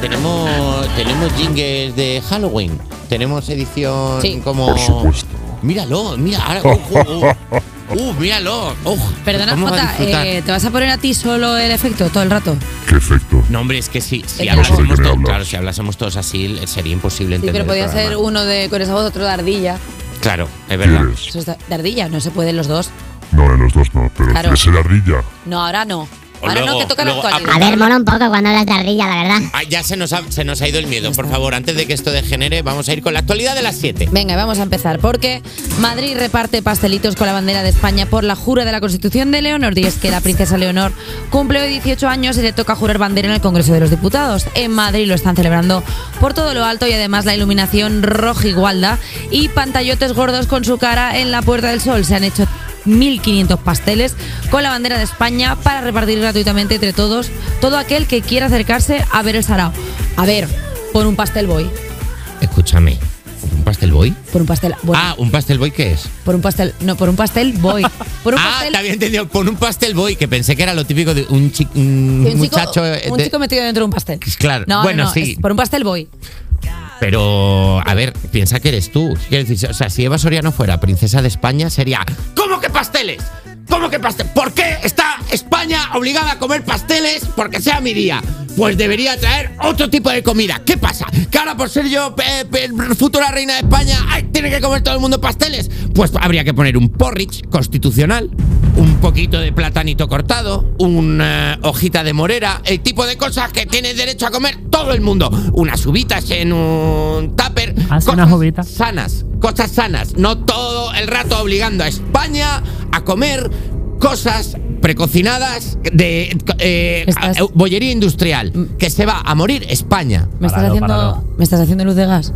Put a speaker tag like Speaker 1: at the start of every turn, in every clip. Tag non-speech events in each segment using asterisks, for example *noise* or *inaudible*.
Speaker 1: Tenemos, tenemos jingles de Halloween. Tenemos edición
Speaker 2: Sí.
Speaker 1: como.
Speaker 3: Por supuesto.
Speaker 1: Míralo, mira, ahora. Uh, uh, uh,
Speaker 3: *laughs*
Speaker 1: uh, míralo. Uh,
Speaker 2: Perdona,
Speaker 1: ¿cómo va a
Speaker 2: Jota,
Speaker 1: disfrutar?
Speaker 2: eh, ¿te vas a poner a ti solo el efecto todo el rato?
Speaker 3: ¿Qué efecto?
Speaker 1: No, hombre, es que si, si
Speaker 2: El
Speaker 1: hablásemos
Speaker 3: dragón.
Speaker 1: todos,
Speaker 3: Hablas.
Speaker 1: claro, si hablásemos todos así, sería imposible
Speaker 2: Sí,
Speaker 1: entender.
Speaker 2: pero
Speaker 1: el
Speaker 2: podía ser
Speaker 1: programa.
Speaker 2: uno de con esa voz, otro de ardilla.
Speaker 1: Claro, es verdad.
Speaker 3: ¿Quieres?
Speaker 2: Eso es de de ardilla, no se pueden los dos.
Speaker 3: No, en los dos no, pero
Speaker 2: Claro.
Speaker 3: ¿quieres ser ardilla?
Speaker 2: No, ahora no.
Speaker 1: O
Speaker 2: Ahora
Speaker 1: luego-
Speaker 2: no, que toca la
Speaker 1: luego-
Speaker 2: actualidad.
Speaker 4: A ver, mola un poco cuando hablas de ardilla, la verdad.
Speaker 1: Ah, ya se nos, ha, se nos ha ido el miedo. Por favor, antes de que esto degenere, vamos a ir con la actualidad de las 7.
Speaker 2: Venga, vamos a empezar porque Madrid reparte pastelitos con la bandera de España por la jura de la Constitución de Leonor Díez, que la princesa Leonor cumple hoy 18 años y le toca jurar bandera en el Congreso de los Diputados. En Madrid lo están celebrando por todo lo alto y además la iluminación roja igualda y pantallotes gordos con su cara en la Puerta del Sol. Se han hecho 1.500 pasteles con la bandera de España para repartir gratuitamente entre todos todo aquel que quiera acercarse a ver el sarao. A ver, por un pastel voy,
Speaker 1: Escúchame, ¿un pastel boy?
Speaker 2: por un pastel... bueno,
Speaker 1: Ah, ¿un pastel boy qué es?
Speaker 2: por un pastel, no, por un pastel voy. Por un
Speaker 1: ah,
Speaker 2: pastel.
Speaker 1: te había entendido, con un pastel boy, que pensé que era lo típico de un, chi- un
Speaker 2: que un chico-
Speaker 1: muchacho. eh,
Speaker 2: un
Speaker 1: de-
Speaker 2: chico metido dentro de un pastel.
Speaker 1: Claro,
Speaker 2: No, no,
Speaker 1: bueno,
Speaker 2: no,
Speaker 1: sí.
Speaker 2: es por un pastel voy.
Speaker 1: Pero, a ver, piensa que eres tú. Quiero decir, o sea, si Eva Soriano fuera princesa de España, sería. ¿Cómo que pasteles? ¿Cómo que pasteles? ¿Por qué está España obligada a comer pasteles porque sea mi día? Pues debería traer otro tipo de comida. ¿Qué pasa? ¿Que ahora por ser yo eh, eh, futura reina de España ay, tiene que comer todo el mundo pasteles? Pues habría que poner un porridge constitucional, un poquito de platanito cortado, una hojita de morera, el tipo de cosas que tiene derecho a comer todo el mundo. Unas uvitas en un tupper.
Speaker 2: Ah,
Speaker 5: Hace
Speaker 1: cosas
Speaker 5: unas uvitas.
Speaker 1: Sanas, cosas sanas. No todo el rato obligando a España a comer cosas precocinadas de eh,
Speaker 2: Estás-
Speaker 1: eh, bollería industrial.
Speaker 2: Mm.
Speaker 1: Que se va a morir España.
Speaker 2: Me estás
Speaker 5: Páralo,
Speaker 2: haciendo,
Speaker 5: páralo.
Speaker 2: me estás haciendo luz de gas.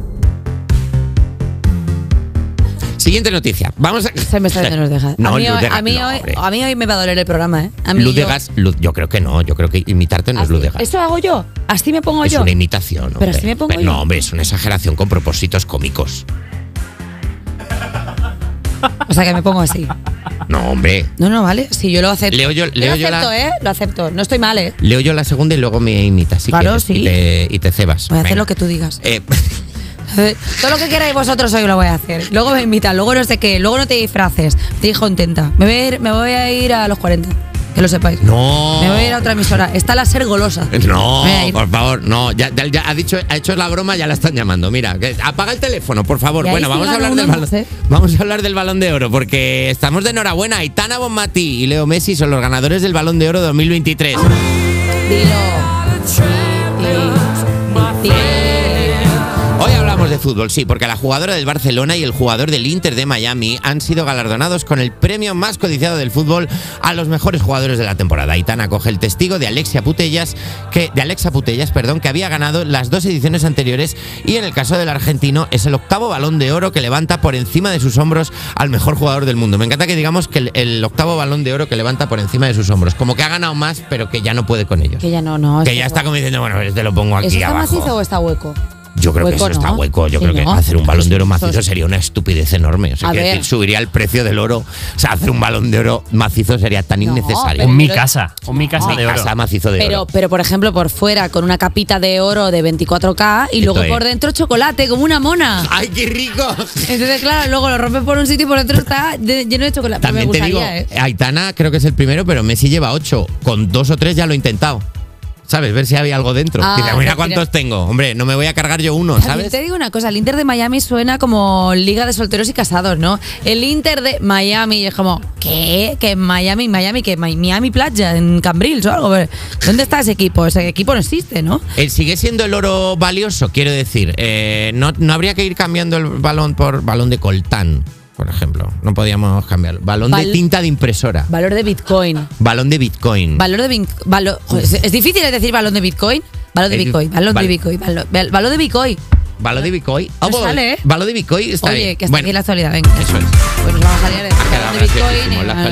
Speaker 1: Siguiente noticia. Vamos a...
Speaker 2: Se me
Speaker 1: *laughs*
Speaker 2: está haciendo luz de gas.
Speaker 1: No,
Speaker 2: a mí,
Speaker 1: luz
Speaker 2: hoy,
Speaker 1: de gas
Speaker 2: a mí
Speaker 1: no,
Speaker 2: hoy-
Speaker 1: hombre.
Speaker 2: a mí hoy me va a doler el programa, ¿eh? A mí Ah,
Speaker 1: Luz de
Speaker 2: yo-
Speaker 1: gas, luz- yo creo que no, yo creo que imitarte no es luz de gas.
Speaker 2: Eso hago yo. Así me pongo
Speaker 1: Es
Speaker 2: yo.
Speaker 1: una imitación.
Speaker 2: Pero
Speaker 1: hombre.
Speaker 2: así me pongo
Speaker 1: Pero
Speaker 2: yo.
Speaker 1: No, hombre, es una exageración con propósitos cómicos.
Speaker 2: O sea que me pongo así.
Speaker 1: No, hombre.
Speaker 2: No, no, vale. Si yo lo acepto.
Speaker 1: Leo yo- leo
Speaker 2: lo
Speaker 1: yo la-
Speaker 2: acepto, ¿eh? Lo acepto. No estoy mal, ¿eh?
Speaker 1: Leo yo la segunda y luego me imitas. Si
Speaker 2: Claro,
Speaker 1: quieres,
Speaker 2: sí.
Speaker 1: Y te, y te cebas.
Speaker 2: Voy a hacer
Speaker 1: Venga.
Speaker 2: lo que tú digas.
Speaker 1: Eh, *laughs*
Speaker 2: Eh, Todo lo que queráis vosotros hoy lo voy a hacer. Luego me invitan, luego no sé qué, luego no te disfraces. Te dijo intenta. Me voy a ir, me voy a, ir a los 40. Que lo sepáis.
Speaker 1: no.
Speaker 2: Me voy a ir a otra emisora. Está la ser golosa.
Speaker 1: No,
Speaker 2: Me voy a ir.
Speaker 1: por favor, no. Ya, ya- ya ha dicho, ha hecho la broma, ya la están llamando. Mira, que- apaga el teléfono, por favor.
Speaker 2: Y ahí
Speaker 1: Bueno,
Speaker 2: sí
Speaker 1: vamos a
Speaker 2: gana
Speaker 1: hablar
Speaker 2: uno
Speaker 1: del
Speaker 2: más,
Speaker 1: balón.
Speaker 2: ¿eh?
Speaker 1: Vamos a hablar del balón de oro, porque estamos de enhorabuena. Aitana Bonmatí y Leo Messi son los ganadores del balón de oro 2023.
Speaker 2: Dilo. Sí.
Speaker 1: Hoy hablamos de fútbol, sí, porque la jugadora del Barcelona y el jugador del Inter de Miami han sido galardonados con el premio más codiciado del fútbol a los mejores jugadores de la temporada. Aitana coge el testigo de Alexia Putellas, que de Alexa Putellas, perdón, que había ganado las dos ediciones anteriores y en el caso del argentino es el octavo balón de oro que levanta por encima de sus hombros al mejor jugador del mundo. Me encanta que digamos que el, el octavo balón de oro que levanta por encima de sus hombros, como que ha ganado más, pero que ya no puede con ellos.
Speaker 2: Que ya no, no.
Speaker 1: Que
Speaker 2: es
Speaker 1: ya está como diciendo, bueno, te lo pongo aquí
Speaker 2: ¿Eso está
Speaker 1: abajo.
Speaker 2: macizo o está hueco?
Speaker 1: Yo creo que
Speaker 2: Hueco
Speaker 1: eso está
Speaker 2: no,
Speaker 1: hueco. Yo
Speaker 2: sí,
Speaker 1: creo que
Speaker 2: ¿no?
Speaker 1: hacer un balón de oro
Speaker 2: Eso
Speaker 1: macizo
Speaker 2: es-
Speaker 1: sería una estupidez enorme. O sea,
Speaker 2: A
Speaker 1: quiero
Speaker 2: ver.
Speaker 1: decir, subiría el precio del oro. O sea, hacer un balón de oro macizo sería tan
Speaker 2: No,
Speaker 1: innecesario.
Speaker 2: pero-
Speaker 5: Un mi casa. Un mi casa
Speaker 1: Ah, Mi
Speaker 5: de oro.
Speaker 1: casa macizo de
Speaker 2: Pero,
Speaker 1: oro.
Speaker 2: pero, por ejemplo, por fuera con una capita de oro de 24K y luego
Speaker 1: Esto es.
Speaker 2: por dentro chocolate, como una mona.
Speaker 1: ¡Ay, qué
Speaker 2: *laughs*
Speaker 1: rico!
Speaker 2: Entonces, claro, luego lo rompe por un sitio y por otro está de- lleno de chocolate. Pero
Speaker 1: También
Speaker 2: me
Speaker 1: te digo,
Speaker 2: gustaría, ¿eh?
Speaker 1: Aitana creo que es el primero, pero Messi lleva ocho. Con dos o tres ya lo he intentado. ¿Sabes? Ver si había algo dentro.
Speaker 2: Ah,
Speaker 1: Dice,
Speaker 2: mira,
Speaker 1: mira cuántos
Speaker 2: mira.
Speaker 1: tengo. Hombre, no me voy a cargar yo uno,
Speaker 2: También
Speaker 1: ¿sabes?
Speaker 2: te digo una cosa, el Inter de Miami suena como Liga de Solteros y Casados, ¿no? El Inter de Miami y es como, ¿qué? Que en Miami, Miami, que Mi- Miami Playa, en Cambrils o algo. pero ¿Dónde está ese equipo? Ese equipo no existe, ¿no?
Speaker 1: Eh, sigue siendo el oro valioso, quiero decir. eh, no, no habría que ir cambiando el balón por balón de coltán, por ejemplo. No podíamos cambiarlo. Balón
Speaker 2: Val-
Speaker 1: de tinta de impresora.
Speaker 2: Valor de Bitcoin.
Speaker 1: Balón de Bitcoin.
Speaker 2: Valor de Bitcoin. es difícil decir balón de Bitcoin. Valor de
Speaker 1: Es dif-
Speaker 2: Bitcoin, valor de
Speaker 1: val-
Speaker 2: Bitcoin, valor, val- valor de Bitcoin.
Speaker 1: balón de Bitcoin.
Speaker 2: No
Speaker 1: bueno,
Speaker 2: sale, ¿eh?
Speaker 1: Balón de Bitcoin está
Speaker 2: Oye,
Speaker 1: bien.
Speaker 2: que está
Speaker 1: Bueno,
Speaker 2: aquí la actualidad, venga.
Speaker 1: Eso es.
Speaker 2: Pues nos vamos a liar de
Speaker 1: Ha quedado
Speaker 2: balón de Bitcoin.
Speaker 1: graciosísimo, la
Speaker 2: y-